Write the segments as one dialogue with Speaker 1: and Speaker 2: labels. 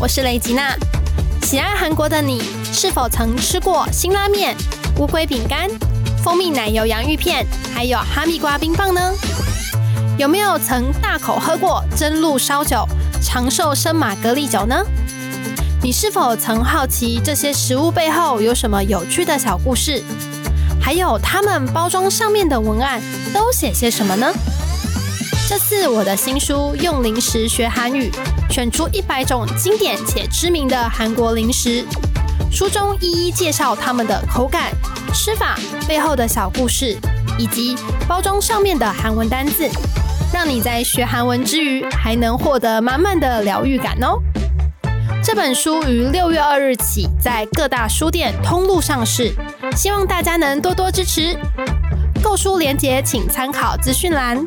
Speaker 1: 我是雷吉娜。喜爱韩国的你，是否曾吃过辛拉面、乌龟饼干、蜂蜜奶油洋芋片，还有哈密瓜冰棒呢？有没有曾大口喝过真露烧酒、长寿生马格利酒呢？你是否曾好奇这些食物背后有什么有趣的小故事？还有它们包装上面的文案都写些什么呢？这次我的新书《用零食学韩语》，选出一百种经典且知名的韩国零食，书中一一介绍它们的口感、吃法、背后的小故事，以及包装上面的韩文单字，让你在学韩文之余还能获得满满的疗愈感哦。这本书于六月二日起在各大书店通路上市，希望大家能多多支持。购书链接请参考资讯栏。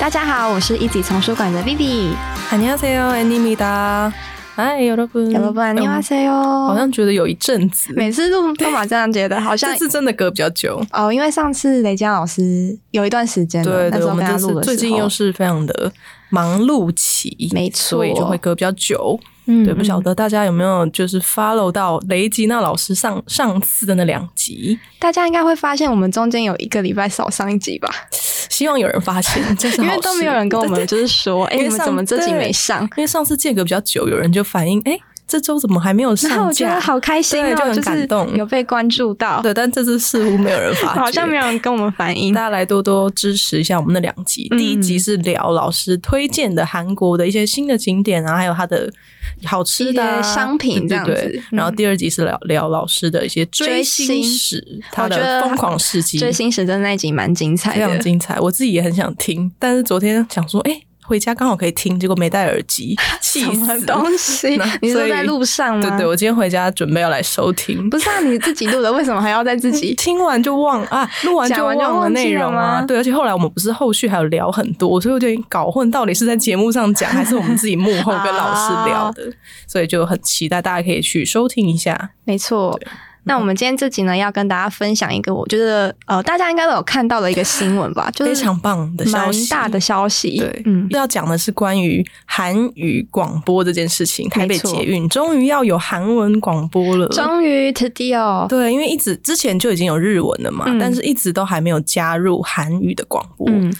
Speaker 2: 大家好，我是 Easy 丛书馆的 Vivi。
Speaker 3: 안녕하세요, 애니입니다.嗨，여러분，
Speaker 2: 여러분 안녕하세요.
Speaker 3: 好像觉得有一阵子，
Speaker 2: 每次都都嘛这样觉得，好像
Speaker 3: 这次真的隔比较久。
Speaker 2: 哦，因为上次雷佳老师有一段时间了，
Speaker 3: 对
Speaker 2: 那
Speaker 3: 对，
Speaker 2: 时
Speaker 3: 我
Speaker 2: 候跟
Speaker 3: 们
Speaker 2: 他
Speaker 3: 这
Speaker 2: 录
Speaker 3: 次
Speaker 2: 的时
Speaker 3: 最
Speaker 2: 候，
Speaker 3: 近又是非常的忙碌期，
Speaker 2: 没错
Speaker 3: 所以就会隔比较久。
Speaker 2: 嗯
Speaker 3: 对，不晓、得大家有没有就是 follow 到雷吉娜老师上上次的那两集？
Speaker 2: 嗯大家应该会发现我们中间有一个礼拜少上一集吧，
Speaker 3: 希望有人 发现，这
Speaker 2: 因
Speaker 3: 是
Speaker 2: 为
Speaker 3: 好
Speaker 2: 都
Speaker 3: 事
Speaker 2: 没有人跟我们
Speaker 3: 对
Speaker 2: 就是说，哎、
Speaker 3: 因为
Speaker 2: 你们
Speaker 3: 上
Speaker 2: 怎么这集
Speaker 3: 对
Speaker 2: 没上？
Speaker 3: 因为上次间隔比较久，有人就反映，哎，这周怎么还没有上
Speaker 2: 然
Speaker 3: 架？
Speaker 2: 后我觉得好开心
Speaker 3: 对
Speaker 2: 哦，
Speaker 3: 就很感动
Speaker 2: 是有被关注到，
Speaker 3: 对，但这次似乎没有人发觉，
Speaker 2: 好像没有人跟我们反映
Speaker 3: 大。家来多多支持一下我们的两集。
Speaker 2: 嗯
Speaker 3: 第一集是聊老师推荐的韩国的一些新的景点啊，还有它的好吃的啊、
Speaker 2: 一些商品这
Speaker 3: 对
Speaker 2: 样
Speaker 3: 对
Speaker 2: 子
Speaker 3: 对
Speaker 2: 嗯
Speaker 3: 然后第二集是聊聊老师的一些追
Speaker 2: 追
Speaker 3: 星
Speaker 2: 星
Speaker 3: 史，他
Speaker 2: 我觉得
Speaker 3: 的疯狂事迹，
Speaker 2: 追星时真的那一集蛮精彩
Speaker 3: 非常
Speaker 2: 的，
Speaker 3: 精彩。我自己也很想听，但是昨天想说，哎、回家刚好可以听，结果没戴耳机，气
Speaker 2: 什么
Speaker 3: 死！
Speaker 2: 东西啊
Speaker 3: 那？
Speaker 2: 你
Speaker 3: 所
Speaker 2: 说
Speaker 3: 以
Speaker 2: 在路上吗？
Speaker 3: 对对，我今天回家准备要来收 听，
Speaker 2: 不是啊，你自己录的，为什么还要在自己？
Speaker 3: 听完就忘啊，录完就
Speaker 2: 讲完就
Speaker 3: 忘了
Speaker 2: 忘记
Speaker 3: 内容
Speaker 2: 了
Speaker 3: 啊。
Speaker 2: 吗
Speaker 3: 对，而且后来我们不是后续还有聊很多，所以我就有点搞混，到底是在节目上 讲，还是我们自己幕后跟老师聊的。
Speaker 2: 啊
Speaker 3: 所以就很期待大家可以去收听一下。
Speaker 2: 没错。
Speaker 3: 嗯
Speaker 2: 那我们今天这集呢，要跟大家分享一个我觉得呃，大家应该都有看到的一个新闻 吧，就是
Speaker 3: 非常棒的消
Speaker 2: 蛮
Speaker 3: 息，
Speaker 2: 大的消息。
Speaker 3: 对，
Speaker 2: 嗯，
Speaker 3: 要讲的是关于韩语广播这件事情。台北
Speaker 2: 没错
Speaker 3: 捷运终于要有韩文广播了，
Speaker 2: 终于 today 哦，
Speaker 3: 对，因为一直之前就已经有日文了嘛，
Speaker 2: 嗯
Speaker 3: 但是一直都还没有加入韩语的广播。
Speaker 2: 嗯。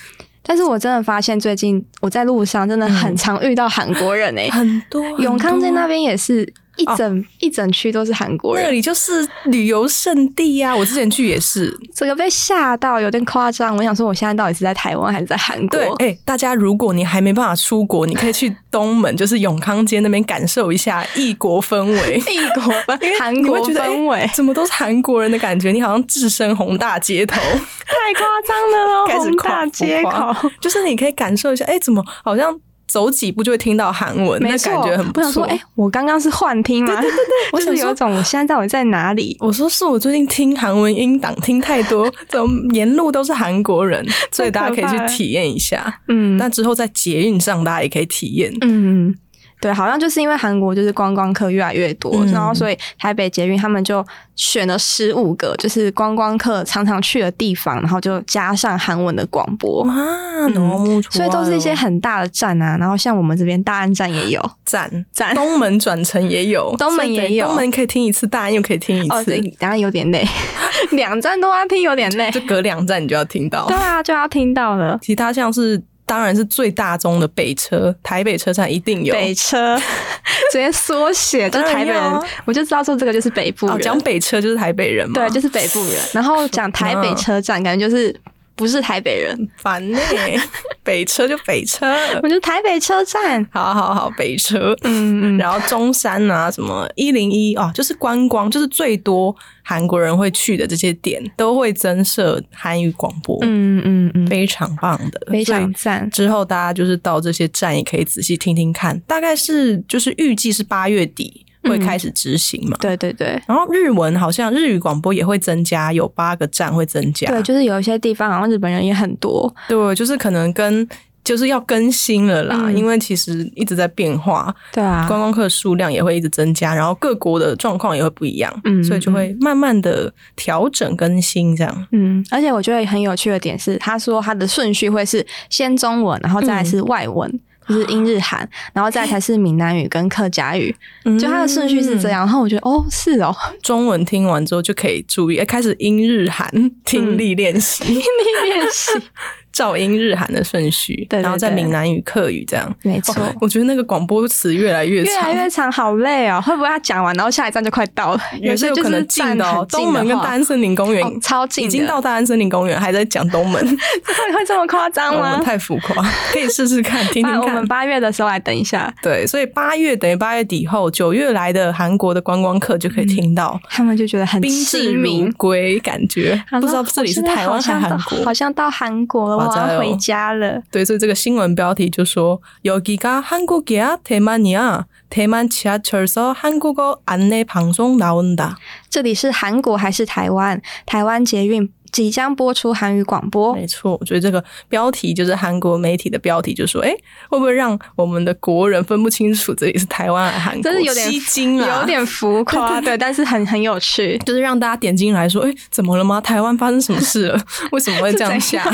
Speaker 2: 但是我真的发现，最近我在路上真的很常遇到韩国人诶、
Speaker 3: 很多很
Speaker 2: 永康街
Speaker 3: 多
Speaker 2: 那边也是一整、一整区都是韩国
Speaker 3: 哦那
Speaker 2: 人，
Speaker 3: 里就是旅游胜地呀、我之前去也是。
Speaker 2: 整个被吓到，有点夸张。我想说，我现在到底是在台湾还是在韩国？。
Speaker 3: 对，哎、大家如果你还没办法出国，你可以去东门，就是永康街那边感受一下异国氛围
Speaker 2: 异国 氛，韩
Speaker 3: 你
Speaker 2: 国
Speaker 3: 会觉得
Speaker 2: 氛围
Speaker 3: 哎，怎么都是韩国人的感觉？你好像置身宏大 街头，
Speaker 2: 太夸张了哦！
Speaker 3: 开始
Speaker 2: 宏
Speaker 3: 夸
Speaker 2: 大街
Speaker 3: 夸
Speaker 2: 口，
Speaker 3: 就是你可以感受一下，哎、怎么好像走几步就会听到韩文，那
Speaker 2: 没错，
Speaker 3: 感觉很不
Speaker 2: 我想
Speaker 3: 错。
Speaker 2: 说，哎、我刚刚是幻听吗？对对 对，
Speaker 3: 我
Speaker 2: 就是
Speaker 3: 想说
Speaker 2: 有一种我现在到底在哪里？
Speaker 3: 我说是我最近听韩文音档听太多， 怎么沿路都是韩国人，所以大家可以
Speaker 2: 太可怕了
Speaker 3: 去体验一下。
Speaker 2: 嗯
Speaker 3: 那之后在捷运上，大家也可以体验。
Speaker 2: 嗯，对，好像就是因为韩国就是观光客越来越多，
Speaker 3: 嗯
Speaker 2: 然后所以台北捷运他们就选了十五个就是观光客常常去的地方，然后就加上韩文的广播。
Speaker 3: 哇，
Speaker 2: 嗯
Speaker 3: 浓木出
Speaker 2: 所以都是一些
Speaker 3: 来哦
Speaker 2: 很大的站啊，然后像我们这边大安站也有，
Speaker 3: 赞
Speaker 2: 赞
Speaker 3: 东门转乘也 有，
Speaker 2: 东门也有
Speaker 3: 所以对东门可以听一次，大安又可以听一
Speaker 2: 哦，对
Speaker 3: 次，，
Speaker 2: 当然有点 累，两站都要听有点累
Speaker 3: 就，隔两站你就要听到
Speaker 2: 对。啊，就要听到了。
Speaker 3: 其他像是当然是最大宗的北车，台北车站一定有。
Speaker 2: 北车，直接缩写，就
Speaker 3: 当
Speaker 2: 是
Speaker 3: 然
Speaker 2: 台北
Speaker 3: 要
Speaker 2: 人
Speaker 3: 啊，
Speaker 2: 我就知道说这个就是北部
Speaker 3: 哦，
Speaker 2: 人，
Speaker 3: 讲北车就是台北人嘛，
Speaker 2: 对，就是 北部人。然后讲台北车站，感觉就是不是台北人，
Speaker 3: 烦呢、北车就北车，
Speaker 2: 我就台北车站。
Speaker 3: 好好好，北车。
Speaker 2: 嗯嗯，
Speaker 3: 然后中山啊，什么一零一哦，就是观光，就是最多韩国人会去的这些点，都会增设韩语广播，
Speaker 2: 嗯嗯嗯，
Speaker 3: 非常棒的，
Speaker 2: 非
Speaker 3: 所以
Speaker 2: 常赞。
Speaker 3: 之后大家就是到这些站也可以仔细听听看，大概是就是预计是八月底会开始执行嘛。
Speaker 2: 对对对。
Speaker 3: 然后日文好像日语广播也会增加，有八个站会增加。
Speaker 2: 对，就是有一些地方好像日本人也很多，
Speaker 3: 对就是可能跟就是要更新了啦，
Speaker 2: 嗯
Speaker 3: 因为其实一直在变化，
Speaker 2: 对啊，
Speaker 3: 观光客数量也会一直增加，然后各国的状况也会不一样，
Speaker 2: 嗯
Speaker 3: 所以就会慢慢的调整更新这样。
Speaker 2: 嗯，而且我觉得很有趣的点是，他说他的顺序会是先中文，然后再来是外文，就是英日韩，然后再才是闽南语跟客家语，就它的顺序是这样。然后我觉得哦，是哦，
Speaker 3: 嗯，中文听完之后就可以注意，哎开始英日韩听力练习。
Speaker 2: 你练习，
Speaker 3: 照英日韩的顺序，
Speaker 2: 对对
Speaker 3: 然后再
Speaker 2: 对
Speaker 3: 闽南语、客语这样。
Speaker 2: 没错。
Speaker 3: 哦我觉得那个广播词越来越
Speaker 2: 越
Speaker 3: 长，
Speaker 2: 来越长，好累 哦！会不会他讲完，然后下一站就快到了？
Speaker 3: 有些
Speaker 2: 些
Speaker 3: 有
Speaker 2: 就
Speaker 3: 可
Speaker 2: 是
Speaker 3: 能近
Speaker 2: 站
Speaker 3: 的、哦
Speaker 2: 很，近
Speaker 3: 东门跟
Speaker 2: 话
Speaker 3: 大安森林公园、
Speaker 2: 哦超近
Speaker 3: 已
Speaker 2: 的
Speaker 3: 经到大安森林公园，还在讲东门，
Speaker 2: 会会这么夸张
Speaker 3: 我
Speaker 2: 吗
Speaker 3: 们？太浮夸，可以试试看，听
Speaker 2: 那
Speaker 3: 听
Speaker 2: 我们
Speaker 3: 看。
Speaker 2: 八月的时候来等一下，
Speaker 3: 对，所以八月等于八月底后，九月来的韩国的观光客就可以听到
Speaker 2: 他们就觉得嗯很
Speaker 3: 宾
Speaker 2: 痴
Speaker 3: 至
Speaker 2: 迷
Speaker 3: 如，归，感觉
Speaker 2: 他
Speaker 3: 不知
Speaker 2: 说
Speaker 3: 道这里
Speaker 2: 我
Speaker 3: 是
Speaker 2: 现在
Speaker 3: 台
Speaker 2: 好
Speaker 3: 湾还
Speaker 2: 像
Speaker 3: 是
Speaker 2: 到
Speaker 3: 韩国，
Speaker 2: 好像到韩国了，我
Speaker 3: 맞아요
Speaker 2: 要回家了。
Speaker 3: 对，所以这个新闻标题就说여기가한국이야대만이야대만지하철서한국어안내방송나온다。
Speaker 2: 这里是韩国还是台湾？台湾捷运即将播出韩语广 播。
Speaker 3: 没错，我觉得这个标题就是韩国媒体的标题，就说哎，诶会不会让我们的国人分不清楚这里是台湾还是韩国？
Speaker 2: 真是有点
Speaker 3: 吸睛啊，
Speaker 2: 有点浮 夸，对，但是很很有趣。
Speaker 3: 就是让大家点进来说，哎，怎么了吗？台湾发生什么事 了？为什么会这样
Speaker 2: 是怎
Speaker 3: 下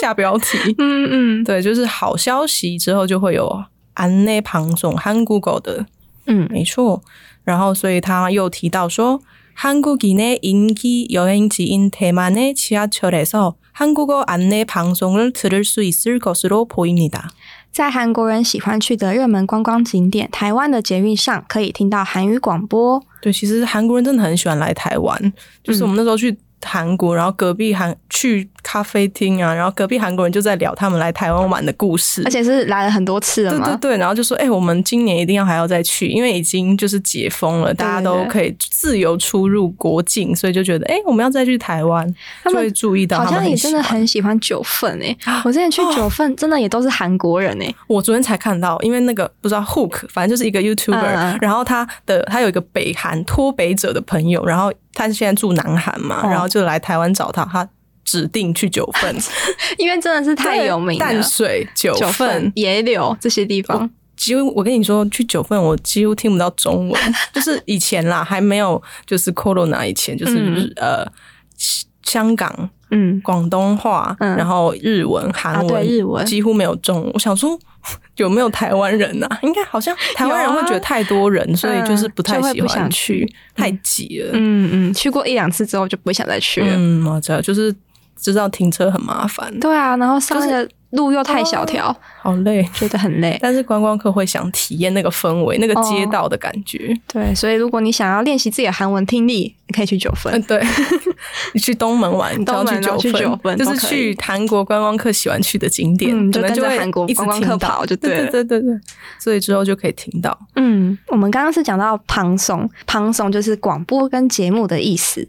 Speaker 3: 下标题？
Speaker 2: 嗯嗯
Speaker 3: 对，就是好消息之后就会有安内旁总韩 Google 的
Speaker 2: 嗯，
Speaker 3: 没错。然后，所以他又提到说，한국인의인기여행지인대만의지하철에서한국어안내방송을들을수있을것으로보입니다。
Speaker 2: 在韩国人喜欢去的热门观光景点，台湾的捷运上可以听到韩语广播。
Speaker 3: 对，其实韩国人真的很喜欢来台湾，就是我们那时候去。韩国，然后隔壁韩去咖啡厅啊，然后隔壁韩国人就在聊他们来台湾玩的故事，
Speaker 2: 而且是来了很多次了
Speaker 3: 对
Speaker 2: 啊吗？
Speaker 3: 对对，然后就说，哎、我们今年一定要还要再去，因为已经就是解封了，大家
Speaker 2: 对对
Speaker 3: 都可以自由出入国境，所以就觉得，哎、我们要再去台湾，
Speaker 2: 他
Speaker 3: 就
Speaker 2: 们
Speaker 3: 会注意到
Speaker 2: 好
Speaker 3: 他们
Speaker 2: 像
Speaker 3: 很
Speaker 2: 也
Speaker 3: 喜
Speaker 2: 真的
Speaker 3: 欢啊
Speaker 2: 很喜欢九份诶、我之前去九份，真的也都是韩国人诶、欸
Speaker 3: 我昨天才看到，因为那个不知道 Hook，反正就是一个 YouTuber，、
Speaker 2: 嗯嗯
Speaker 3: 然后他的他有一个北韩脱北者的朋友，然后他现在住南韩嘛，
Speaker 2: 哦
Speaker 3: 然后就来台湾找他，他指定去九 份，
Speaker 2: 因为真的是太有名了。
Speaker 3: 淡水九
Speaker 2: 九份
Speaker 3: 份、。哦
Speaker 2: 野柳这些地方，
Speaker 3: 几乎我跟你说，去九份我几乎听不到中文， 就是以前啦，还没有就是 Corona 以前，就是、
Speaker 2: 嗯
Speaker 3: 呃香港
Speaker 2: 嗯，
Speaker 3: 广东话，
Speaker 2: 嗯
Speaker 3: 然后日文、韩文、
Speaker 2: 啊对日文
Speaker 3: 几乎没有中文。我想说有没有台湾人呐、应该好像台湾人
Speaker 2: 有啊
Speaker 3: 会觉得太多人，所以就是不太
Speaker 2: 就会
Speaker 3: 喜
Speaker 2: 不想
Speaker 3: 欢去，
Speaker 2: 去
Speaker 3: 太挤了。
Speaker 2: 嗯嗯，去过一两次之后就不想再去了。
Speaker 3: 嗯，我知道，就是知道停车很麻烦，
Speaker 2: 对啊，然后上那个路又太小条，
Speaker 3: 好累。
Speaker 2: 觉得很累。
Speaker 3: 但是观光客会想体验那个氛围，那个街道的感觉。
Speaker 2: 对，所以如果你想要练习自己的韩文听力，你可以去九份。
Speaker 3: 嗯，对，你去东门玩，
Speaker 2: 东门
Speaker 3: 然后
Speaker 2: 然后去
Speaker 3: 去
Speaker 2: 九
Speaker 3: 九
Speaker 2: 份
Speaker 3: 就
Speaker 2: 都
Speaker 3: 是
Speaker 2: 可以
Speaker 3: 去韩国观光客喜欢去的景点，
Speaker 2: 嗯就
Speaker 3: 可能
Speaker 2: 跟着
Speaker 3: 会
Speaker 2: 韩国
Speaker 3: 一直
Speaker 2: 观光
Speaker 3: 听
Speaker 2: 客
Speaker 3: 到
Speaker 2: 跑就
Speaker 3: 对
Speaker 2: 对了
Speaker 3: 对对对对，所以之后就可以听到。
Speaker 2: 嗯，我们刚刚是讲到방송，방송就是广播跟节目的意思。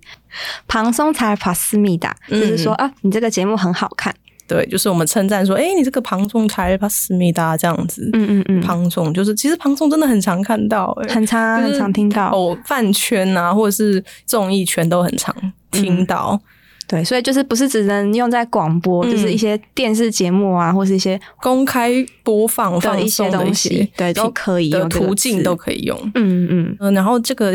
Speaker 2: 방송才파스미다，就是
Speaker 3: 嗯
Speaker 2: 说、啊，你这个节目很好看。
Speaker 3: 对，就是我们称赞说，哎、你这个旁送才把思密达这样子，
Speaker 2: 嗯嗯嗯，
Speaker 3: 旁送就是其实旁送真的很常看到、诶
Speaker 2: 很常啊
Speaker 3: 就是
Speaker 2: 很常听到。
Speaker 3: 哦，饭圈啊，或者是综艺圈都很常
Speaker 2: 嗯
Speaker 3: 听到，
Speaker 2: 对，所以就是不是只能用在广播，
Speaker 3: 嗯
Speaker 2: 就是一些电视节目啊，或是一些
Speaker 3: 公开播放放
Speaker 2: 的一些
Speaker 3: 送的
Speaker 2: 东
Speaker 3: 一
Speaker 2: 西
Speaker 3: 些，
Speaker 2: 对，都可以
Speaker 3: 的
Speaker 2: 用这个
Speaker 3: 途径
Speaker 2: 字
Speaker 3: 都可以用。
Speaker 2: 嗯嗯，
Speaker 3: 嗯，然后这个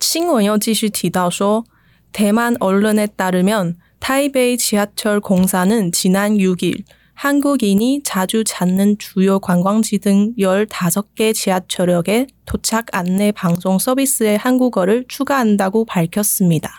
Speaker 3: 新闻又继续提到说，대만언론에따르면타이베이지하철공사는지난6일한국인이자주찾는주요관광지등15개지하철역에도착안내방송서비스에한국어를추가한다고밝혔습니다。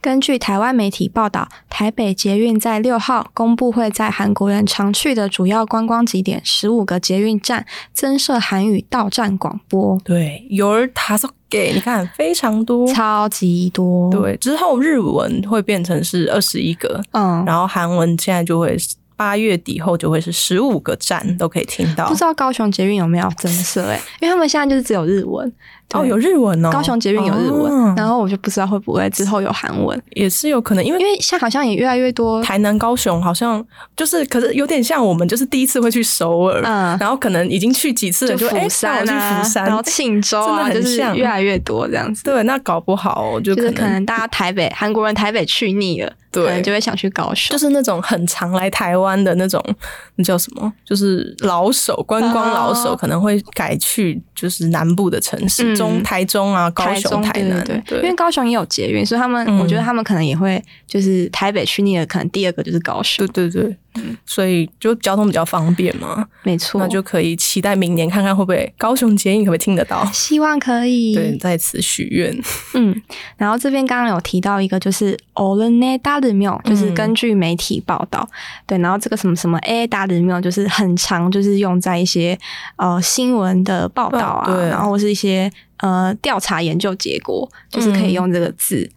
Speaker 2: 根据台湾媒体报道，台北捷运在六号公布会在韩国人常去的主要观光景点十五个捷运站增设韩语到站广播，
Speaker 3: 对， 네, 열다섯개，你看非常多。
Speaker 2: 超级多。，
Speaker 3: 对，之后日文会变成是二十一个，
Speaker 2: 嗯，
Speaker 3: 然后韩文现在就会八月底后就会是十五个站都可以听到
Speaker 2: 不。知道高雄捷运有没有增设 哎、欸，因为他们现在就是只有日文
Speaker 3: 哦，
Speaker 2: 对
Speaker 3: 有日文哦，
Speaker 2: 高雄捷运有日文，
Speaker 3: 哦
Speaker 2: 然后我就不知道会不会之后有韩文，
Speaker 3: 也是有可能，因为
Speaker 2: 因为现在好像也越来越多，
Speaker 3: 台南、高雄好像就是，可是有点像我们，就是第一次会去首尔，
Speaker 2: 嗯
Speaker 3: 然后可能已经去几次了，就哎
Speaker 2: 釜，
Speaker 3: 那我
Speaker 2: 山
Speaker 3: 去
Speaker 2: 啊，
Speaker 3: 釜山，
Speaker 2: 然后庆州啊，
Speaker 3: 真的
Speaker 2: 就
Speaker 3: 很
Speaker 2: 是
Speaker 3: 像
Speaker 2: 越来越多这样子。
Speaker 3: 对，那搞不好就
Speaker 2: 就
Speaker 3: 可
Speaker 2: 是
Speaker 3: 能
Speaker 2: 可能大家台北韩国人台北去腻了，
Speaker 3: 对
Speaker 2: 可能就会想去高雄。
Speaker 3: 就是那种很常来台湾的那种，那叫什么？就是老手，观光老手
Speaker 2: 哦
Speaker 3: 可能会改去就是南部的城市，
Speaker 2: 嗯
Speaker 3: 中台中啊、高雄、
Speaker 2: 中
Speaker 3: 台南，
Speaker 2: 对对对，因为高雄也有捷运，所以他们、
Speaker 3: 嗯
Speaker 2: 我觉得他们可能也会就是台北去腻了，可能第二个就是高雄
Speaker 3: 对，对对，
Speaker 2: 嗯
Speaker 3: 所以就交通比较方便嘛，
Speaker 2: 没错，
Speaker 3: 那就可以期待明年看看会不会高雄捷运可不可以听得到。
Speaker 2: 希望可以
Speaker 3: 对，在此许愿。
Speaker 2: 嗯，然后这边刚刚有提到一个，就是 o l e n e d a r m i o
Speaker 3: 嗯
Speaker 2: 就是根据媒体报道，对，然后这个什么什么 a d a r m i o 就是很常就是用在一些呃新闻的报道啊，
Speaker 3: 报对
Speaker 2: 然后或是一些呃调查研究结果，就是可以用这个字。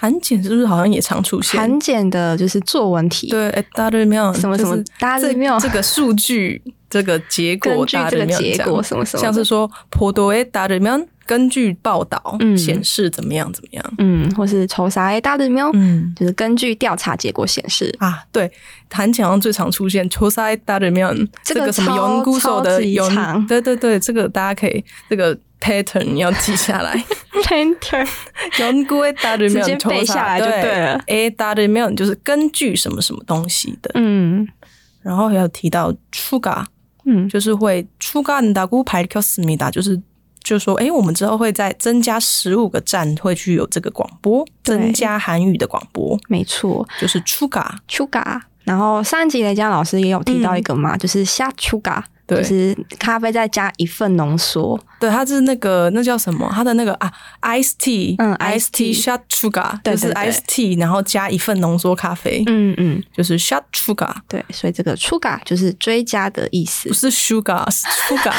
Speaker 3: 韩检嗯是不是好像也常出现？
Speaker 2: 韩检的就是作文题，
Speaker 3: 对，哎，大对妙，
Speaker 2: 什么
Speaker 3: 就是
Speaker 2: 什么大对
Speaker 3: 这
Speaker 2: 妙
Speaker 3: 这个数据，这个结
Speaker 2: 根
Speaker 3: 果，
Speaker 2: 据
Speaker 3: 大
Speaker 2: 这
Speaker 3: 对
Speaker 2: 个
Speaker 3: 妙
Speaker 2: 结
Speaker 3: 这样
Speaker 2: 果什么什么的，
Speaker 3: 像是说波多诶大对妙，根据报道
Speaker 2: 嗯
Speaker 3: 显示怎么样怎么样，
Speaker 2: 嗯，或是仇杀 a d a r m i o
Speaker 3: 嗯。
Speaker 2: 就是根据调查结果显 示，
Speaker 3: 啊，对，韩检好像最常出现，秋赛大对妙，
Speaker 2: 这
Speaker 3: 这
Speaker 2: 个
Speaker 3: 个什么
Speaker 2: 超
Speaker 3: 永固手
Speaker 2: 超
Speaker 3: 的
Speaker 2: 级
Speaker 3: 永
Speaker 2: 长，
Speaker 3: 对对对，这个大家可以这个 pattern 要记下来，永固诶大对妙，
Speaker 2: 直接背下来就对了
Speaker 3: 诶大对妙就是根据什么什么东西的，
Speaker 2: 嗯
Speaker 3: 然后还有提到 sugar，
Speaker 2: 嗯，
Speaker 3: 就是会出干的다고밝혔습니다，就是就说，诶，我们之后会再增加十五个站，会去有这个广播，
Speaker 2: 对
Speaker 3: 增加韩语的广播，
Speaker 2: 没错。
Speaker 3: 就是出嘎，
Speaker 2: Chuga。然后上一集雷佳老师也有提到一个嘛，就是虾 Chuga，
Speaker 3: 嗯对
Speaker 2: 就是咖啡再加一份浓缩，
Speaker 3: 对，它是那个那叫什么？它的那个啊，ice tea，
Speaker 2: 嗯
Speaker 3: ，ice
Speaker 2: ，iced tea
Speaker 3: tea shot sugar，
Speaker 2: 对对
Speaker 3: 就是
Speaker 2: 对
Speaker 3: ice tea，然后加一份浓缩咖啡，
Speaker 2: 嗯嗯，
Speaker 3: 就是 shot sugar，
Speaker 2: 对，所以这个 Chuga 就是追加的意思
Speaker 3: 不。是 sugar，是 sugar，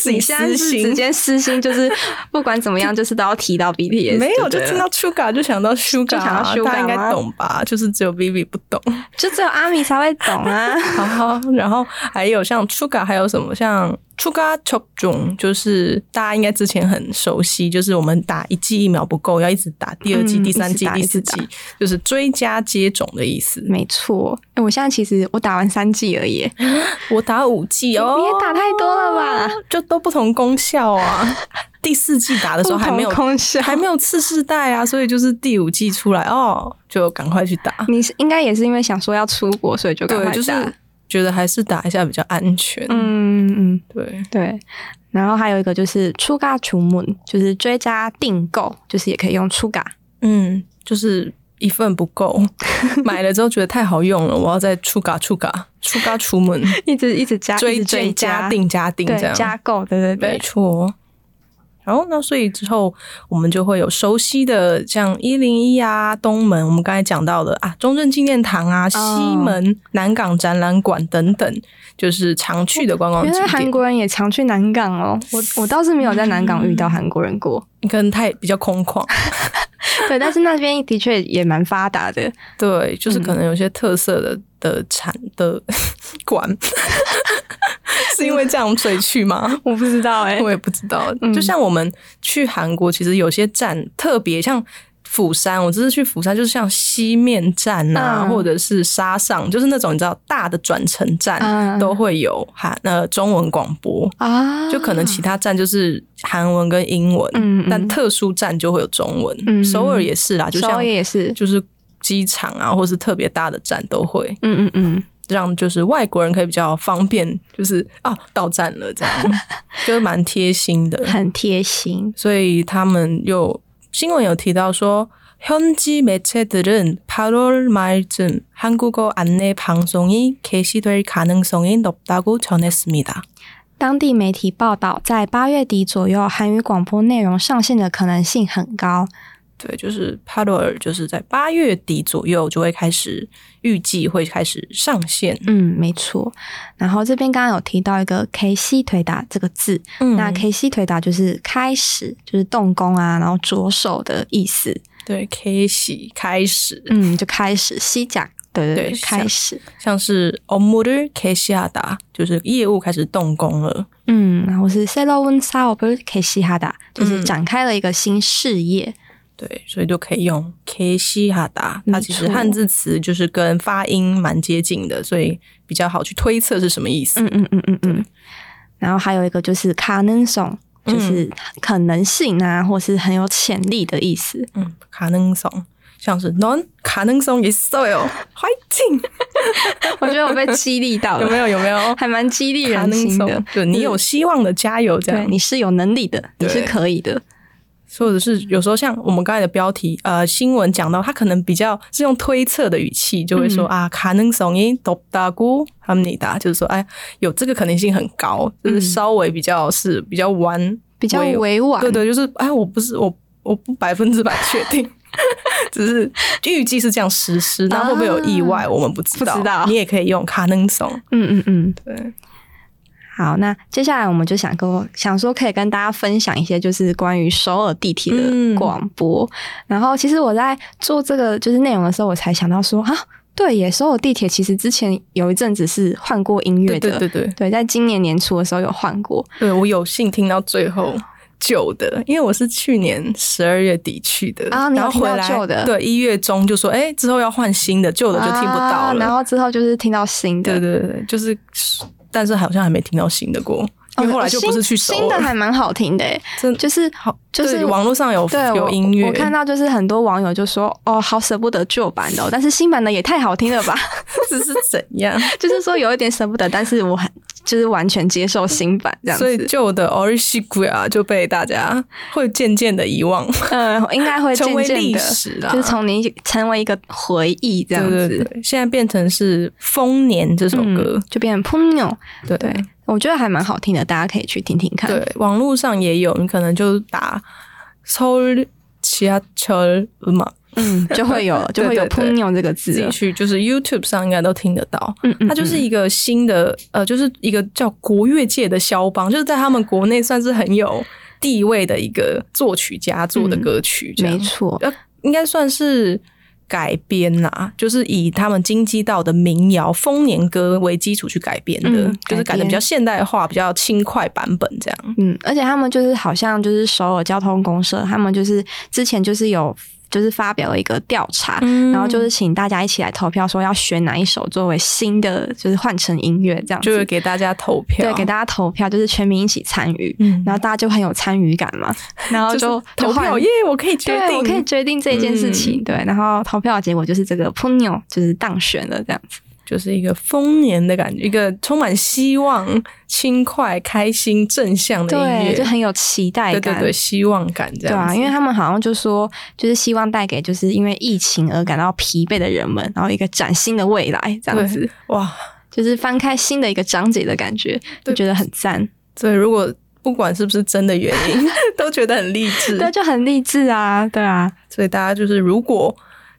Speaker 3: 自己
Speaker 2: 你现在
Speaker 3: 私
Speaker 2: 是直
Speaker 3: 心。
Speaker 2: 接私心，就是 不管怎么样，就是都要提到 BTS，
Speaker 3: 没有，
Speaker 2: 对
Speaker 3: 就
Speaker 2: 了
Speaker 3: 听到 sugar 就想到 sugar，
Speaker 2: 就
Speaker 3: 啊
Speaker 2: 想到 sugar
Speaker 3: 大家应该
Speaker 2: 吗
Speaker 3: 懂吧？就是只有 Vivi 不懂。
Speaker 2: 就只有阿米才会懂啊。
Speaker 3: 好好，然后还有像 Chuga，还有什么像 Chuga Chop 种，就是大家应该之前很熟悉，就是我们打一剂疫苗不够，要一直打第二剂、
Speaker 2: 嗯
Speaker 3: 第三
Speaker 2: 一直
Speaker 3: 剂、
Speaker 2: 打
Speaker 3: 第四
Speaker 2: 一直
Speaker 3: 剂，就是追加接种的意思。
Speaker 2: 没错，哎，我现在其实我打完三剂而已耶，
Speaker 3: 我打五剂哦，
Speaker 2: 你也打太多了吧？
Speaker 3: 就都不同功效 啊。第四季打的时候还没有
Speaker 2: 不同功效
Speaker 3: 还没有次世代啊，所以就是第五季出来哦，就赶快去打。
Speaker 2: 你是应该也是因为想说要出国，所以就赶快
Speaker 3: 对，就是嗯
Speaker 2: 打
Speaker 3: 觉得还是打一下比较安全。
Speaker 2: 嗯嗯。
Speaker 3: 对，
Speaker 2: 对，然后还有一个就是出嘎出门，就是追加订购，就是也可以用出嘎。
Speaker 3: 嗯，就是一份不 够，买了之后觉得太好用了，我要再出嘎出嘎出嘎出门
Speaker 2: 一直一直加，一
Speaker 3: 追
Speaker 2: 直追
Speaker 3: 追加定加定
Speaker 2: 对
Speaker 3: 这样，
Speaker 2: 加购，对对
Speaker 3: 没
Speaker 2: 对，
Speaker 3: 错。好，那所以之后我们就会有熟悉的，像一零一啊、东门，我们刚才讲到的啊，中正纪念堂
Speaker 2: 哦
Speaker 3: 啊、西门、南港展览馆等等，就是常去的观光
Speaker 2: 哦原
Speaker 3: 景
Speaker 2: 来韩
Speaker 3: 点。
Speaker 2: 国人也常去南港哦，我我倒是没有在南港遇到韩国人过，
Speaker 3: 可能太比较 空旷，
Speaker 2: 对，但是那边的确也蛮发达的，
Speaker 3: 对，就是可能有些特色的的产的 馆，是因为这样所以去吗？
Speaker 2: 我不知道哎
Speaker 3: 我也不知道。
Speaker 2: 嗯
Speaker 3: 就像我们去韩国，其实有些站特别像。釜山，我这次去釜山，就是像西面站啊，
Speaker 2: 嗯
Speaker 3: 或者是沙上，就是那种你知道大的转乘站、
Speaker 2: 嗯
Speaker 3: 都会有韩呃中文广播，
Speaker 2: 啊，
Speaker 3: 就可能其他站就是韩文跟英文，
Speaker 2: 嗯嗯
Speaker 3: 但特殊站就会有中文。
Speaker 2: 嗯
Speaker 3: 首尔也是啦，就
Speaker 2: 首
Speaker 3: 像
Speaker 2: 尔也是，
Speaker 3: 就是机场啊，或是特别大的站都会
Speaker 2: 嗯嗯嗯，
Speaker 3: 让就是外国人可以比较方便，就是啊到站了这 样，就是蛮贴心的。
Speaker 2: 很贴心，
Speaker 3: 所以他们又新闻有提到说。현지매체들은8월말쯤한국어안내방송이개시될가능성이높다고전했습니다。
Speaker 2: 当地媒体报道，在八月底左右，韩语广播内容上线的可能性很高。
Speaker 3: 对，就是帕罗尔，就是在八月底左右就会开始，预计会开始上线。
Speaker 2: 嗯，没错。然后这边刚刚有提到一个 K C 腿打这个字，
Speaker 3: 嗯
Speaker 2: 那 K C 腿打就是开始，就是动工啊，然后着手的意思。嗯
Speaker 3: 对 K 喜开始，
Speaker 2: 嗯，就开始西甲对
Speaker 3: 对
Speaker 2: 对，开始，
Speaker 3: 像是업무를개시하다，就是业务开始动工了。
Speaker 2: 嗯，然后是 s e l o w n s a o b r k e s i h a d a 就是
Speaker 3: 嗯
Speaker 2: 展开了一个新事业，
Speaker 3: 对，所以就可以用 K 西哈达，它
Speaker 2: 没
Speaker 3: 其实
Speaker 2: 错
Speaker 3: 汉字词就是跟发音蛮接近的，所以比较好去推测是什么意思。
Speaker 2: 嗯嗯嗯嗯嗯。然后还有一个就是卡能颂，
Speaker 3: 嗯
Speaker 2: 就是可能性啊，或是很有潜力的意思。
Speaker 3: 嗯，卡能松，像是 non 卡能松也是哎有 fighting，
Speaker 2: 我觉得我被激励到了，
Speaker 3: 有没有？有没有？
Speaker 2: 还蛮激励
Speaker 3: 卡
Speaker 2: 人
Speaker 3: 能
Speaker 2: 心的
Speaker 3: 松，。对你有希望的，加油！这样
Speaker 2: 对，你是有能力的，你
Speaker 3: 对
Speaker 2: 是可以的。
Speaker 3: 或者是有时候像我们刚才的标题，呃，新闻讲到，他可能比较是用推测的语气，就会
Speaker 2: 嗯
Speaker 3: 说、啊，可能성이높다고합니다，就是说，哎，有这个可能性很高，就是稍微比较是比较弯，
Speaker 2: 比较委婉
Speaker 3: 对对，就是哎，我不是我我不百分之百确定。只是 预计是这样实施，那会不会有意外？
Speaker 2: 啊
Speaker 3: 我们不知道。
Speaker 2: 不知道
Speaker 3: 你也可以用卡能怂，
Speaker 2: 嗯嗯嗯。
Speaker 3: 对，
Speaker 2: 好，那接下来我们就想跟我想说，可以跟大家分享一些就是关于首尔地铁
Speaker 3: 嗯
Speaker 2: 的广播。然后，其实我在做这个就是内容的时候，我才想到说啊，对耶，首尔地铁其实之前有一阵子是换过音乐
Speaker 3: 对
Speaker 2: 的，
Speaker 3: 对对对，
Speaker 2: 对，在今年年初的时候有换过，
Speaker 3: 对我有幸听到最后旧的，因为我是去年十二月底去的，
Speaker 2: 啊你有
Speaker 3: 然后回
Speaker 2: 听到
Speaker 3: 来
Speaker 2: 旧的
Speaker 3: 对，一月中就说，哎、之后要换新的，旧的就听不到
Speaker 2: 啊
Speaker 3: 了。
Speaker 2: 然后之后就是听到新的，
Speaker 3: 对对对，对就是，但是好像还没听到新的过，
Speaker 2: 哦，
Speaker 3: 因为后来就不是去
Speaker 2: 新
Speaker 3: 首
Speaker 2: 新的
Speaker 3: 尔，
Speaker 2: 还蛮好听的耶，
Speaker 3: 真
Speaker 2: 就是
Speaker 3: 好，
Speaker 2: 就是
Speaker 3: 对网络上有
Speaker 2: 对
Speaker 3: 有
Speaker 2: 我
Speaker 3: 音乐，
Speaker 2: 我看到就是很多网友就说哦，好舍不得旧版的哦、但是新版的也太好听了吧，
Speaker 3: 只 是怎样，
Speaker 2: 就是说有一点舍不得，但是我很就是完全接受新版 这样
Speaker 3: 所以
Speaker 2: 子，
Speaker 3: 旧的 o r i s h i g u a 就被大家会渐渐的遗忘，
Speaker 2: 嗯、应该会渐
Speaker 3: 成为
Speaker 2: 渐
Speaker 3: 历
Speaker 2: 的，
Speaker 3: 史啦。
Speaker 2: 就是从你成为一个回忆这样子，
Speaker 3: 对对对，现在变成是《丰年》这首歌
Speaker 2: 嗯，，就变成 Punyo，
Speaker 3: 对
Speaker 2: 对我觉得还蛮好听的，大家可以去听听看。
Speaker 3: 对，网络上也有，你可能就打“抽其他车嘛
Speaker 2: 嗯，就会 有就会有
Speaker 3: 对对
Speaker 2: “punyo” 这个”，字
Speaker 3: 自己
Speaker 2: 了。
Speaker 3: 去就是 YouTube 上应该都听得到。
Speaker 2: 嗯嗯，
Speaker 3: 它就是
Speaker 2: 嗯
Speaker 3: 一个新的，呃，就是一个叫国乐界的肖邦，就是在他们国内算是很有地位的一个作曲家做的歌曲，这样
Speaker 2: 没错，
Speaker 3: 呃，应该算是改编啦，就是以他们京畿道的民谣《丰年歌》为基础去改编的，
Speaker 2: 嗯
Speaker 3: 就是改
Speaker 2: 改
Speaker 3: 的
Speaker 2: 编
Speaker 3: 比较现代化、比较轻快版本这样。
Speaker 2: 嗯，而且他们就是好像就是首尔交通公社，他们就是之前就是有就是发表了一个调查，
Speaker 3: 嗯
Speaker 2: 然后就是请大家一起来投票，说要选哪一首作为新的就是换成音乐这样
Speaker 3: 就是
Speaker 2: 子，
Speaker 3: 给大家投票，
Speaker 2: 对，给大家投票，就是全民一起参与，
Speaker 3: 嗯
Speaker 2: 然后大家就很有参与感嘛，然后
Speaker 3: 就是
Speaker 2: 就
Speaker 3: 投票
Speaker 2: 换
Speaker 3: 耶，我可以决
Speaker 2: 对，
Speaker 3: 定，
Speaker 2: 我可以决定这件事情。
Speaker 3: 嗯
Speaker 2: 对，然后投票的结果就是这个 Punyo 就是当选了这样子。
Speaker 3: 就是一个丰年的感觉，一个充满希望、轻快、开心、正向的音乐，
Speaker 2: 对，就很有期待
Speaker 3: 对
Speaker 2: 感。
Speaker 3: 对对，希望感这
Speaker 2: 对
Speaker 3: 样
Speaker 2: 啊，
Speaker 3: 子。
Speaker 2: 因为他们好像就说，就是希望带给就是因为疫情而感到疲惫的人们，然后一个崭新的未来，这样子，
Speaker 3: 哇，
Speaker 2: 就是翻开新的一个章节的感觉，就
Speaker 3: 对
Speaker 2: 觉得很赞，
Speaker 3: 所以如果不管是不是真的原因， 都觉得很励志。
Speaker 2: 对，就很励志啊，对啊，
Speaker 3: 所以大家就是如果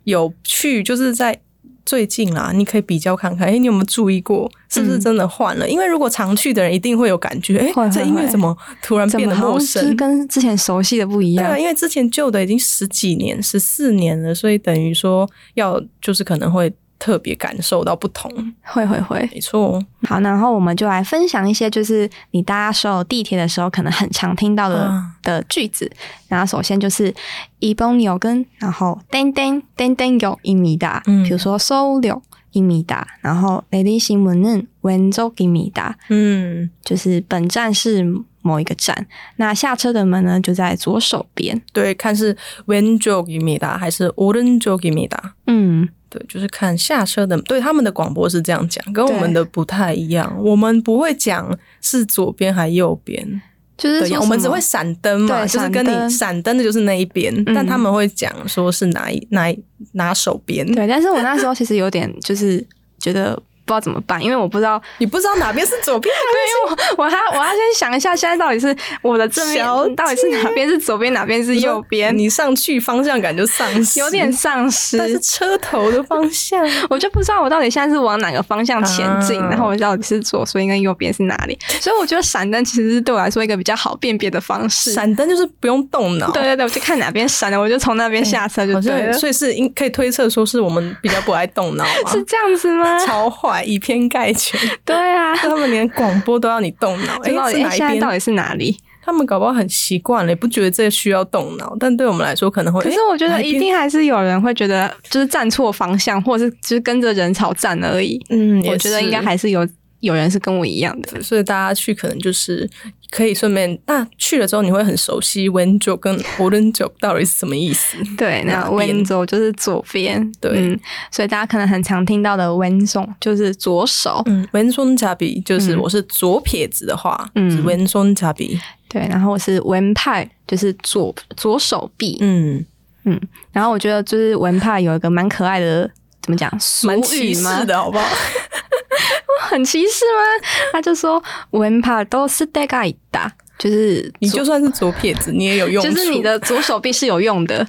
Speaker 3: 有去，就是在最近啦，你可以比较看看，哎、你有没有注意过，是不是
Speaker 2: 嗯
Speaker 3: 真的换了？因为如果常去的人一定会有感觉，哎、
Speaker 2: 会会
Speaker 3: 这音乐
Speaker 2: 会
Speaker 3: 怎么突然
Speaker 2: 怎
Speaker 3: 变
Speaker 2: 么
Speaker 3: 得
Speaker 2: 好像
Speaker 3: 陌
Speaker 2: 就是
Speaker 3: 生？
Speaker 2: 跟之前熟悉的不一
Speaker 3: 对
Speaker 2: 样
Speaker 3: 啊，？因为之前旧的已经十几年、十四年了，所以等于说要就是可能会特别感受到不同。
Speaker 2: 会会会，
Speaker 3: 没错，
Speaker 2: 好，然后我们就来分享一些，就是你搭所有地铁的时候，可能很常听到的、
Speaker 3: 啊
Speaker 2: 的句子。然后首先就是一蹦有根，然后噔噔噔噔有一米大，
Speaker 3: 嗯
Speaker 2: 比如说收六一米大，然后내리신문은왼쪽一米大，
Speaker 3: 嗯，
Speaker 2: 就是本站是某一个站，那下车的门呢就在左手边。
Speaker 3: 对，看是 when j o g i m i d a 还是 orange j o g i m i d a
Speaker 2: 嗯，
Speaker 3: 对，就是看下车的，对他们的广播是这样讲，跟我们的不太一样。我们不会讲是左边还右边
Speaker 2: 就是
Speaker 3: 的
Speaker 2: 说
Speaker 3: 样，我们只
Speaker 2: 什么
Speaker 3: 会闪灯嘛，
Speaker 2: 对
Speaker 3: 就是跟
Speaker 2: 闪灯嗯
Speaker 3: 你闪灯的就是那一边，但他们会讲说是哪一哪一哪手边。
Speaker 2: 对，但是我那时候其实有点就是觉得不知道怎么办，因为我不知道，
Speaker 3: 你不知道哪边是左边还是
Speaker 2: 因为我 我还我还先想一下，现在到底是我的正面
Speaker 3: 小姐
Speaker 2: 到底是哪边是左边，哪边是右边，
Speaker 3: 你上去方向感就丧 失，
Speaker 2: 有点丧失，
Speaker 3: 但是车头的方向
Speaker 2: 我就不知道我到底现在是往哪个方向前进，
Speaker 3: 啊
Speaker 2: 然后我到底是左边跟右边是哪里。所以我觉得闪灯其实是对我来说一个比较好辨别的方式。
Speaker 3: 闪灯就是不用动脑，
Speaker 2: 对对对，我就看哪边闪了，我就从那边下车就
Speaker 3: 哎好
Speaker 2: 对
Speaker 3: 像
Speaker 2: 了。，
Speaker 3: 所以是应可以推测说是我们比较不爱动脑嘛
Speaker 2: 是这样子吗？
Speaker 3: 超坏以偏概全，
Speaker 2: 对啊，
Speaker 3: 他们连广播都要你动脑，哎、
Speaker 2: 知道
Speaker 3: 是
Speaker 2: 底
Speaker 3: 哪一
Speaker 2: 现在到
Speaker 3: 边？
Speaker 2: 底是哪里？
Speaker 3: 他们搞不好很习惯了，也不觉得这需要动脑，但对我们来说可能会。
Speaker 2: 可是
Speaker 3: 哦诶
Speaker 2: 我觉
Speaker 3: 哪
Speaker 2: 得
Speaker 3: 边
Speaker 2: 一定还是有人会觉得就是站错方向，或者是就是跟着人潮站而已。
Speaker 3: 嗯，
Speaker 2: 我
Speaker 3: 也
Speaker 2: 觉得
Speaker 3: 是
Speaker 2: 应该还是有有人是跟我一样的。
Speaker 3: 所以大家去可能就是可以顺便，那、去了之后你会很熟悉 when 九跟 o r e n 九到底是什么意思？
Speaker 2: 对，那
Speaker 3: 哪边
Speaker 2: Wenzo 就是左边，
Speaker 3: 对
Speaker 2: 嗯，所以大家可能很常听到的 Wenzo 就是左手，
Speaker 3: 嗯，when 松加比就是
Speaker 2: 嗯
Speaker 3: 我是左撇子的话，
Speaker 2: 嗯
Speaker 3: 是 when 松加比，
Speaker 2: 对，然后是 Wen 派，就是左左手臂，
Speaker 3: 嗯，
Speaker 2: 然后我觉得就是 Wen 派有一个蛮可爱的，怎么讲，俗
Speaker 3: 蛮
Speaker 2: 语
Speaker 3: 歧
Speaker 2: 吗
Speaker 3: 视？的哦好不好？
Speaker 2: 很歧视吗？他就说 Wen 派都是 d e g a i d a 就是
Speaker 3: 你
Speaker 2: 左
Speaker 3: 就算是左撇子，你也有用处，
Speaker 2: 就是你的左手臂是有用 的。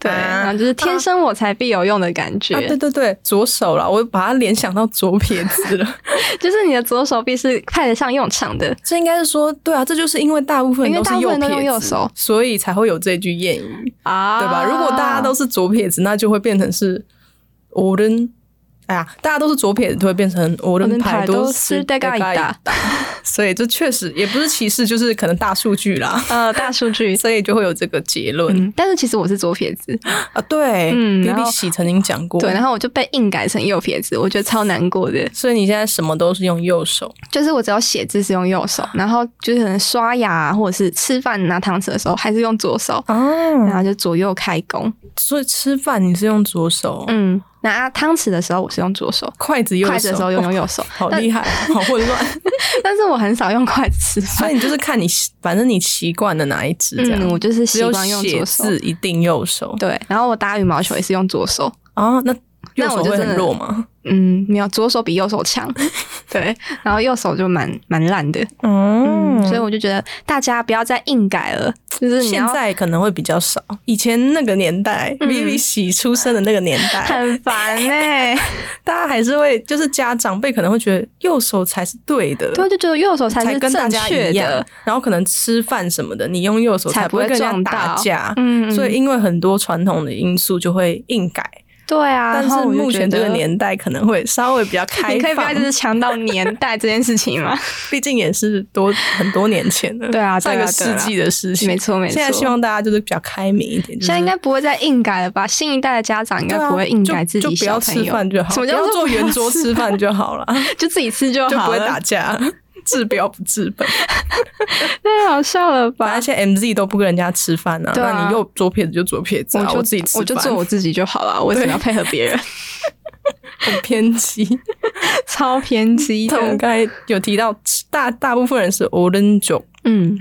Speaker 2: 对，
Speaker 3: 啊
Speaker 2: 然后就是天生我材必有用的感觉，
Speaker 3: 啊，对对对，左手啦，我把它联想到左撇子 了。
Speaker 2: 就是你的左手臂是派得上用场的。
Speaker 3: 这应该是说，对啊，这就是因为大部分
Speaker 2: 因为
Speaker 3: 都是
Speaker 2: 大部
Speaker 3: 右
Speaker 2: 分
Speaker 3: 撇
Speaker 2: 都
Speaker 3: 子，
Speaker 2: 用右手
Speaker 3: 所以才会有这句谚语，
Speaker 2: 啊
Speaker 3: 对吧？如果大家都是左撇子，那就会变成是我人。哎呀，大家都是左撇子，就会变成我人排多斯
Speaker 2: 大概一打，
Speaker 3: 所以这确实也不是歧视，就是可能大数据啦，
Speaker 2: 呃，大数据。
Speaker 3: 啊 所以就会有这个结论、
Speaker 2: 嗯，但是其实我是左撇子，
Speaker 3: 啊。对，
Speaker 2: 嗯
Speaker 3: 比
Speaker 2: 然
Speaker 3: 比
Speaker 2: 后
Speaker 3: 喜曾经讲过，
Speaker 2: 对，然后我就被硬改成右撇子，我觉得超难过的。
Speaker 3: 所以你现在什么都是用右手，
Speaker 2: 就是我只要写字是用右手，然后就是可能刷牙、啊或者是吃饭拿汤匙的时候还是用左手，
Speaker 3: 哦
Speaker 2: 然后就左右开弓。
Speaker 3: 所以吃饭你是用左手，
Speaker 2: 嗯，拿汤匙的时候我是用左手，
Speaker 3: 筷子右手，
Speaker 2: 筷子的时候用用右手，
Speaker 3: 好
Speaker 2: 但
Speaker 3: 厉害，好混乱。
Speaker 2: 但是我很少用筷子吃
Speaker 3: 所
Speaker 2: 饭
Speaker 3: 以。你就是看你习，反正你习惯的哪一只这样。
Speaker 2: 嗯，我就是
Speaker 3: 只
Speaker 2: 习
Speaker 3: 有
Speaker 2: 惯用
Speaker 3: 写
Speaker 2: 左手。
Speaker 3: 字一定右手。
Speaker 2: 对，然后我打羽毛球也是用左手。
Speaker 3: 啊，那右
Speaker 2: 那
Speaker 3: 手
Speaker 2: 我就
Speaker 3: 会
Speaker 2: 真的
Speaker 3: 很弱吗？
Speaker 2: 嗯，没有，左手比右手强。 对，然后右手就蛮蛮烂的。
Speaker 3: 嗯
Speaker 2: 嗯，所以我就觉得大家不要再硬改了，就是你
Speaker 3: 现
Speaker 2: 要
Speaker 3: 在可能会比较少。以前那个年代
Speaker 2: 嗯
Speaker 3: ，Vivi 喜出生的那个年代，
Speaker 2: 很烦 哎、
Speaker 3: 大家还是会，就是家长辈可能会觉得右手才是对的，
Speaker 2: 对，就觉得右手才
Speaker 3: 才
Speaker 2: 是
Speaker 3: 跟大
Speaker 2: 正
Speaker 3: 家
Speaker 2: 确
Speaker 3: 一
Speaker 2: 的
Speaker 3: 样，。然后可能吃饭什么的，你用右手
Speaker 2: 才
Speaker 3: 不
Speaker 2: 不
Speaker 3: 会
Speaker 2: 会
Speaker 3: 跟人
Speaker 2: 撞
Speaker 3: 家打
Speaker 2: 到
Speaker 3: 架。
Speaker 2: 嗯
Speaker 3: 所以因为很多传统的因素就会硬改。
Speaker 2: 对啊，
Speaker 3: 但
Speaker 2: 然后
Speaker 3: 是
Speaker 2: 我就
Speaker 3: 目
Speaker 2: 觉
Speaker 3: 前这个
Speaker 2: 得。
Speaker 3: 年代可能会稍微比较开
Speaker 2: 你可以不要
Speaker 3: 放，
Speaker 2: 就是强调年代这件事情 吗？
Speaker 3: 毕竟也是多很多年前的，
Speaker 2: 对啊对
Speaker 3: 上
Speaker 2: 啊
Speaker 3: 个世纪的事情，
Speaker 2: 没错没错
Speaker 3: 现在希望大家就是比较开明一点，就是
Speaker 2: 现在应该不会再硬改了吧？新一代的家长应该
Speaker 3: 对啊
Speaker 2: 不会硬改自
Speaker 3: 就
Speaker 2: 己
Speaker 3: 就不要
Speaker 2: 小朋
Speaker 3: 吃
Speaker 2: 友，
Speaker 3: 饭就好，
Speaker 2: 什么叫
Speaker 3: 不要
Speaker 2: 做啊
Speaker 3: 坐
Speaker 2: 不要
Speaker 3: 圆桌吃饭就好了，
Speaker 2: 就自己吃就
Speaker 3: 就
Speaker 2: 好
Speaker 3: 不
Speaker 2: 了，
Speaker 3: 会打架， 治标不治本。
Speaker 2: 太好笑了
Speaker 3: 反
Speaker 2: 吧
Speaker 3: 正？现在 MZ 都不跟人家吃饭啊，
Speaker 2: 对啊
Speaker 3: 那你右左撇子就左撇子、
Speaker 2: 我
Speaker 3: 啊，
Speaker 2: 就
Speaker 3: 我自己吃
Speaker 2: 我
Speaker 3: 饭，
Speaker 2: 就做我自己就好了，我为什么要配合别 人？
Speaker 3: 很偏 激。
Speaker 2: 啊超偏激
Speaker 3: 他们
Speaker 2: 的，
Speaker 3: 刚才有提到，大大部分人是 o r a n g e
Speaker 2: 嗯，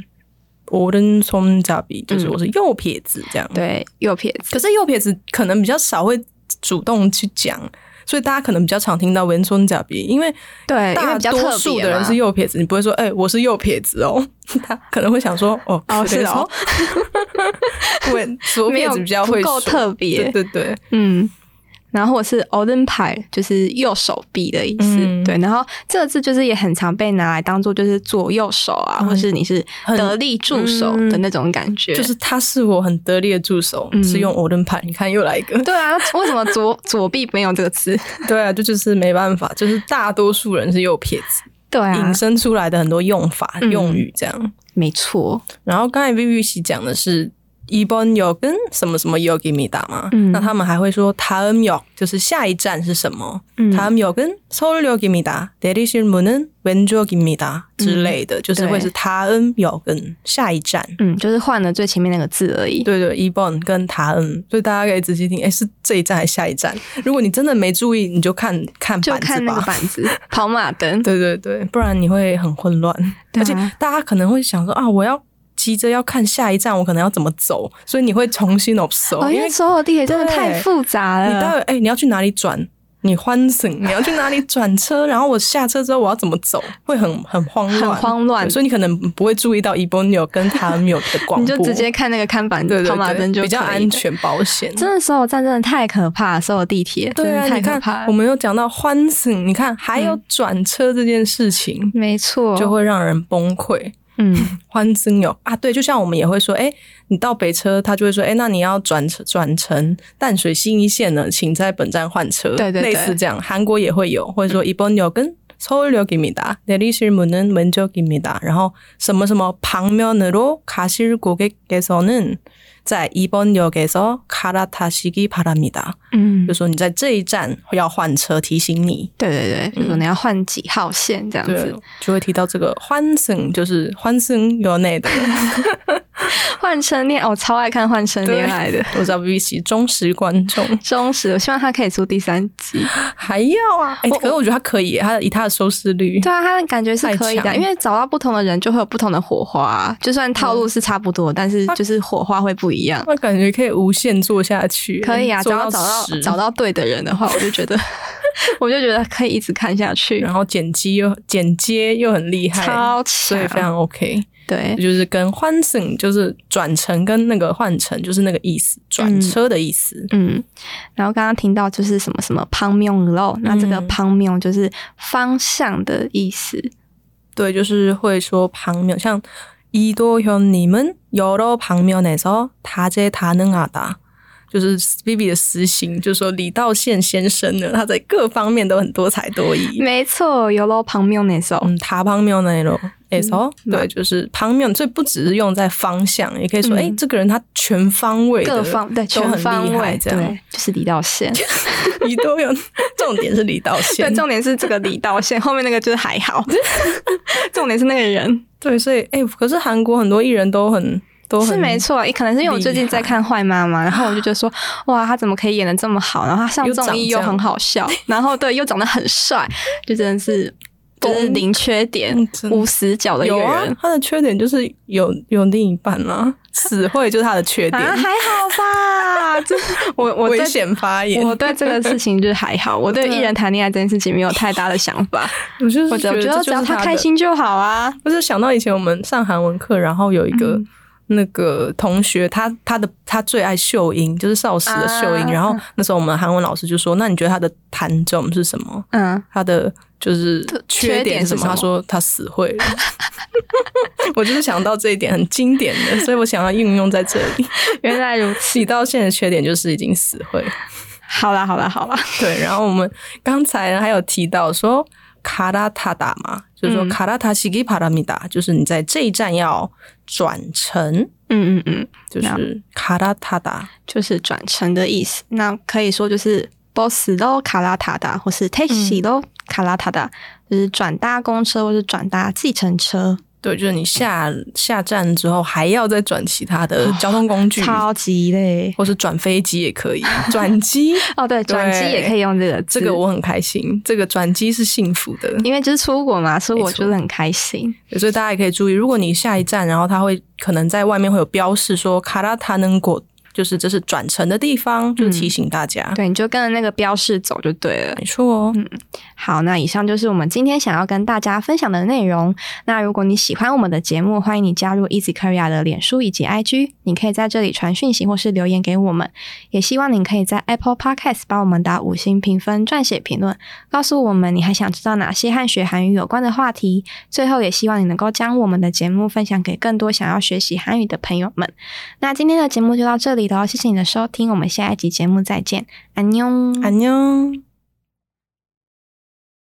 Speaker 3: o r a n g e 加比，就是
Speaker 2: 嗯
Speaker 3: 我是右撇子这样。
Speaker 2: 对，右撇子，
Speaker 3: 可是右撇子可能比较少会主动去讲，所以大家可能比较常听到文松假鼻，因为
Speaker 2: 对，哎因为
Speaker 3: 大
Speaker 2: 比较
Speaker 3: 多
Speaker 2: 特
Speaker 3: 数
Speaker 2: 别啊
Speaker 3: 的人
Speaker 2: 嘛
Speaker 3: 是右撇子，你不会说哎、我是右撇子哦，他可能会想说 哦
Speaker 2: 哦是哦，
Speaker 3: 文左
Speaker 2: 没
Speaker 3: 撇
Speaker 2: 有
Speaker 3: 子比较会
Speaker 2: 不够
Speaker 3: 说
Speaker 2: 特别
Speaker 3: 对对对，
Speaker 2: 嗯，然后我是 o l d e n p i 就是右手臂的意思。
Speaker 3: 嗯
Speaker 2: 对，然后这个字就是也很常被拿来当做就是左右手啊，
Speaker 3: 嗯
Speaker 2: 或是你是
Speaker 3: 很
Speaker 2: 得力助手的那种感觉。
Speaker 3: 就是他是我很得力的助手，
Speaker 2: 嗯
Speaker 3: 是用 o l 牌，你看又来一 个，
Speaker 2: 对啊，为什么左 左臂没有这个字？
Speaker 3: 对啊，这就是没办法，就是大多数人是右撇子，
Speaker 2: 对啊
Speaker 3: 引，申出来的很多用法、
Speaker 2: 嗯
Speaker 3: 用语这样。
Speaker 2: 没错，
Speaker 3: 然后刚才 Vivi 喜讲的是 Ibon y o 跟什么什么 Yogimida 嘛，
Speaker 2: 嗯
Speaker 3: 那他们还会说 Taum y o 就是下一站是什么、
Speaker 2: 嗯
Speaker 3: t a u m y o 은 서울 역입니다. 내리실 문은 왼쪽입니다. 之类的，就是会是 Taum y o 은下一站。
Speaker 2: 嗯，就是换了最前面那个字而已。
Speaker 3: 对对，Ibon 跟 Taum，所以大家可以仔细听，哎，是这一站还是下一站？如果你真的没注意，你就看看
Speaker 2: 就
Speaker 3: 板
Speaker 2: 看
Speaker 3: 子
Speaker 2: 那个
Speaker 3: 吧。
Speaker 2: 板子， 跑马灯。
Speaker 3: 对对对，不然你会很混乱，
Speaker 2: 对啊
Speaker 3: 而且大家可能会想说啊，我要急着要看下一站，我可能要怎么走，所以你会重新 observe，、
Speaker 2: 哦，因
Speaker 3: 因
Speaker 2: 为
Speaker 3: 为
Speaker 2: 首尔地铁真的太
Speaker 3: 对
Speaker 2: 复杂
Speaker 3: 你待
Speaker 2: 了。
Speaker 3: 会哎、你要去哪里转？你환승，你要去哪里转车？然后我下车之后我要怎么走？会很很慌乱，
Speaker 2: 很慌乱
Speaker 3: 对所以你可能不会注意到 Ebonio 跟 t a m i o 的广播，
Speaker 2: 你就直接看那个看板
Speaker 3: 对
Speaker 2: 跑马
Speaker 3: 对
Speaker 2: 灯
Speaker 3: 对，
Speaker 2: 就
Speaker 3: 比较
Speaker 2: 可以
Speaker 3: 安
Speaker 2: 了。
Speaker 3: 全保险。
Speaker 2: 真的，所有站真的太可怕，所有地铁真
Speaker 3: 对
Speaker 2: 的
Speaker 3: 啊，
Speaker 2: 太
Speaker 3: 你
Speaker 2: 可
Speaker 3: 看
Speaker 2: 怕
Speaker 3: 我
Speaker 2: 了。嗯
Speaker 3: 们有讲到欢승，你看还有转车这件事情，
Speaker 2: 没错，
Speaker 3: 就会让人崩溃。
Speaker 2: 嗯，
Speaker 3: 欢승역啊，对，就像我们也会说，哎，你到北车，他就会说，哎，那你要转车转乘淡水新一线呢，请在本站换车。
Speaker 2: 对对对
Speaker 3: 类似这样，韩国也会有，或者说이번역은서울역입니다내리실문은왼쪽입니다。然后什么什么旁면으로가실고객께서는在이번역에서갈아타시기바랍니다。
Speaker 2: 嗯
Speaker 3: 就，说你在这一站要换车，提醒你。
Speaker 2: 对对对，就说你要换几号线这样
Speaker 3: 对
Speaker 2: 子，，
Speaker 3: 就会提到这个欢승，就是欢승有内的。
Speaker 2: 换成恋，我超爱看换成恋爱 的。
Speaker 3: 我是 BBC 忠实观 众，
Speaker 2: 忠实，我希望他可以出第三集。
Speaker 3: 还要啊！哎、
Speaker 2: 我
Speaker 3: 可是我觉得他可以耶，他以他的收视率，
Speaker 2: 对啊，他感觉是可以
Speaker 3: 太
Speaker 2: 的，
Speaker 3: 强
Speaker 2: 因为找到不同的人就会有不同的火花、啊就算套路是差不多，但是就是火花会不一样。
Speaker 3: 我感觉可以无限做下去。
Speaker 2: 可以啊，只
Speaker 3: 做
Speaker 2: 要
Speaker 3: 到
Speaker 2: 找到
Speaker 3: 十
Speaker 2: 找，到对的人的话，我就 觉得，我就觉得可以一直看下去
Speaker 3: 然，后剪辑又剪接又很厉害，
Speaker 2: 超
Speaker 3: 所以
Speaker 2: 强，哎
Speaker 3: 非常 OK。
Speaker 2: 对，
Speaker 3: 就是跟欢승就是转乘跟那个换乘就是那个意思，转车的意思。
Speaker 2: 嗯，然后刚刚听到就是什么什么 p a n m y o n low，那这个
Speaker 3: 嗯
Speaker 2: p a n m y o n 就是方向的意思。
Speaker 3: 对，就是会说旁面，像이도현님은여러방면에서다재다능하다。就是啊 Vivi 的私心，就是说李道宪先生呢，他在各方面都很多才多艺。
Speaker 2: 没错，有 low p a n m y o n 那首，
Speaker 3: 嗯，他旁面那种 S 哦，
Speaker 2: 嗯
Speaker 3: 对，就是旁面，这不只是用在方向，也可以说，
Speaker 2: 嗯
Speaker 3: 哎、这个人他全方位的
Speaker 2: 各方对
Speaker 3: 都
Speaker 2: 全
Speaker 3: 很
Speaker 2: 方
Speaker 3: 厉害
Speaker 2: 位，
Speaker 3: 这样
Speaker 2: 对。，就是李道 宪。
Speaker 3: 李都有重点是李道宪，
Speaker 2: 对，重点是这个李道宪，后面那个就是还 好，重点是那个人
Speaker 3: 对，所以哎、可是韩国很多艺人都很都很
Speaker 2: 是没错，可能是因为我最近在看《坏妈妈》，然后我就觉得说，哇，他怎么可以演的这么好？然后他上
Speaker 3: 又长
Speaker 2: 综艺又
Speaker 3: 这样
Speaker 2: 很好 笑，然后对又长得很帅，就真的是就是
Speaker 3: 懂
Speaker 2: 零缺点
Speaker 3: 嗯、真的
Speaker 2: 无死角的一个
Speaker 3: 有
Speaker 2: 人。
Speaker 3: 啊，他的缺点就是有有另一 半啦，死会就是他的缺点，
Speaker 2: 啊，还好吧，这我我
Speaker 3: 危
Speaker 2: 对
Speaker 3: 险发言。啊
Speaker 2: 我对这个事情就是还好，我对艺人谈恋爱这件事情没有太大的想 法，
Speaker 3: 我就是
Speaker 2: 我觉
Speaker 3: 得
Speaker 2: 得只
Speaker 3: 这就
Speaker 2: 要
Speaker 3: 是
Speaker 2: 只要
Speaker 3: 他
Speaker 2: 他
Speaker 3: 的
Speaker 2: 开，心就好啊。
Speaker 3: 不是想到以前我们上韩文课，然后有一
Speaker 2: 嗯
Speaker 3: 个。那个同学，他他的他最爱秀英，就是少时的秀英。
Speaker 2: 啊
Speaker 3: 然后那时候我们韩文老师就说：“那你觉得他的弹种是什么？
Speaker 2: 嗯，
Speaker 3: 他的就是
Speaker 2: 缺
Speaker 3: 缺点
Speaker 2: 点是
Speaker 3: 是什么？”
Speaker 2: 什么
Speaker 3: 他说：“他死会了。” 我就是想到这一点，很经典的，所以我想要运用在这里。
Speaker 2: 原来 如此。
Speaker 3: 喜道宪的缺点就是已经死会。
Speaker 2: 好啦，好啦，好啦。
Speaker 3: 对，然后我们刚才还有提到说卡拉塔达嘛，就是说
Speaker 2: 嗯
Speaker 3: 卡拉塔西基帕拉米达，就是你在这一站要转乘，
Speaker 2: 嗯嗯嗯，
Speaker 3: 就
Speaker 2: 了
Speaker 3: 是卡拉塔达。
Speaker 2: 就是转乘的意思。那可以说就是 boss 咯卡拉塔达，或是 taxi 咯卡拉塔达，就是转搭公车或是转搭计程车，
Speaker 3: 对，就是你下下站之后还要再转其他的交通工具，
Speaker 2: 啊超级累。
Speaker 3: 或是转飞机也可以，转机。
Speaker 2: 哦，对，
Speaker 3: 对
Speaker 2: 转机也可以用这个字
Speaker 3: 这个我很开心，这个转机是幸福的，
Speaker 2: 因为就是出国嘛，所以我
Speaker 3: 没错
Speaker 2: 觉得很开心。
Speaker 3: 所以大家也可以注意，如果你下一站，然后它会可能在外面会有标示说卡拉塔能果，就是这是转乘的地方，就是提醒大家。
Speaker 2: 对，你就跟着那个标示走就对了。
Speaker 3: 没错哦，
Speaker 2: 好，那以上就是我们今天想要跟大家分享的内容。那如果你喜欢我们的节目，欢迎你加入 Easy Korea 的脸书以及 IG，你可以在这里传讯息或是留言给我们。也希望你可以在 Apple Podcast 帮我们打五星评分、撰写评论，告诉我们你还想知道哪些和学韩语有关的话题。最后，也希望你能够将我们的节目分享给更多想要学习韩语的朋友们。那今天的节目就到这里了，谢谢你的收听，我们下一集节目再见，安妞，
Speaker 3: 安妞。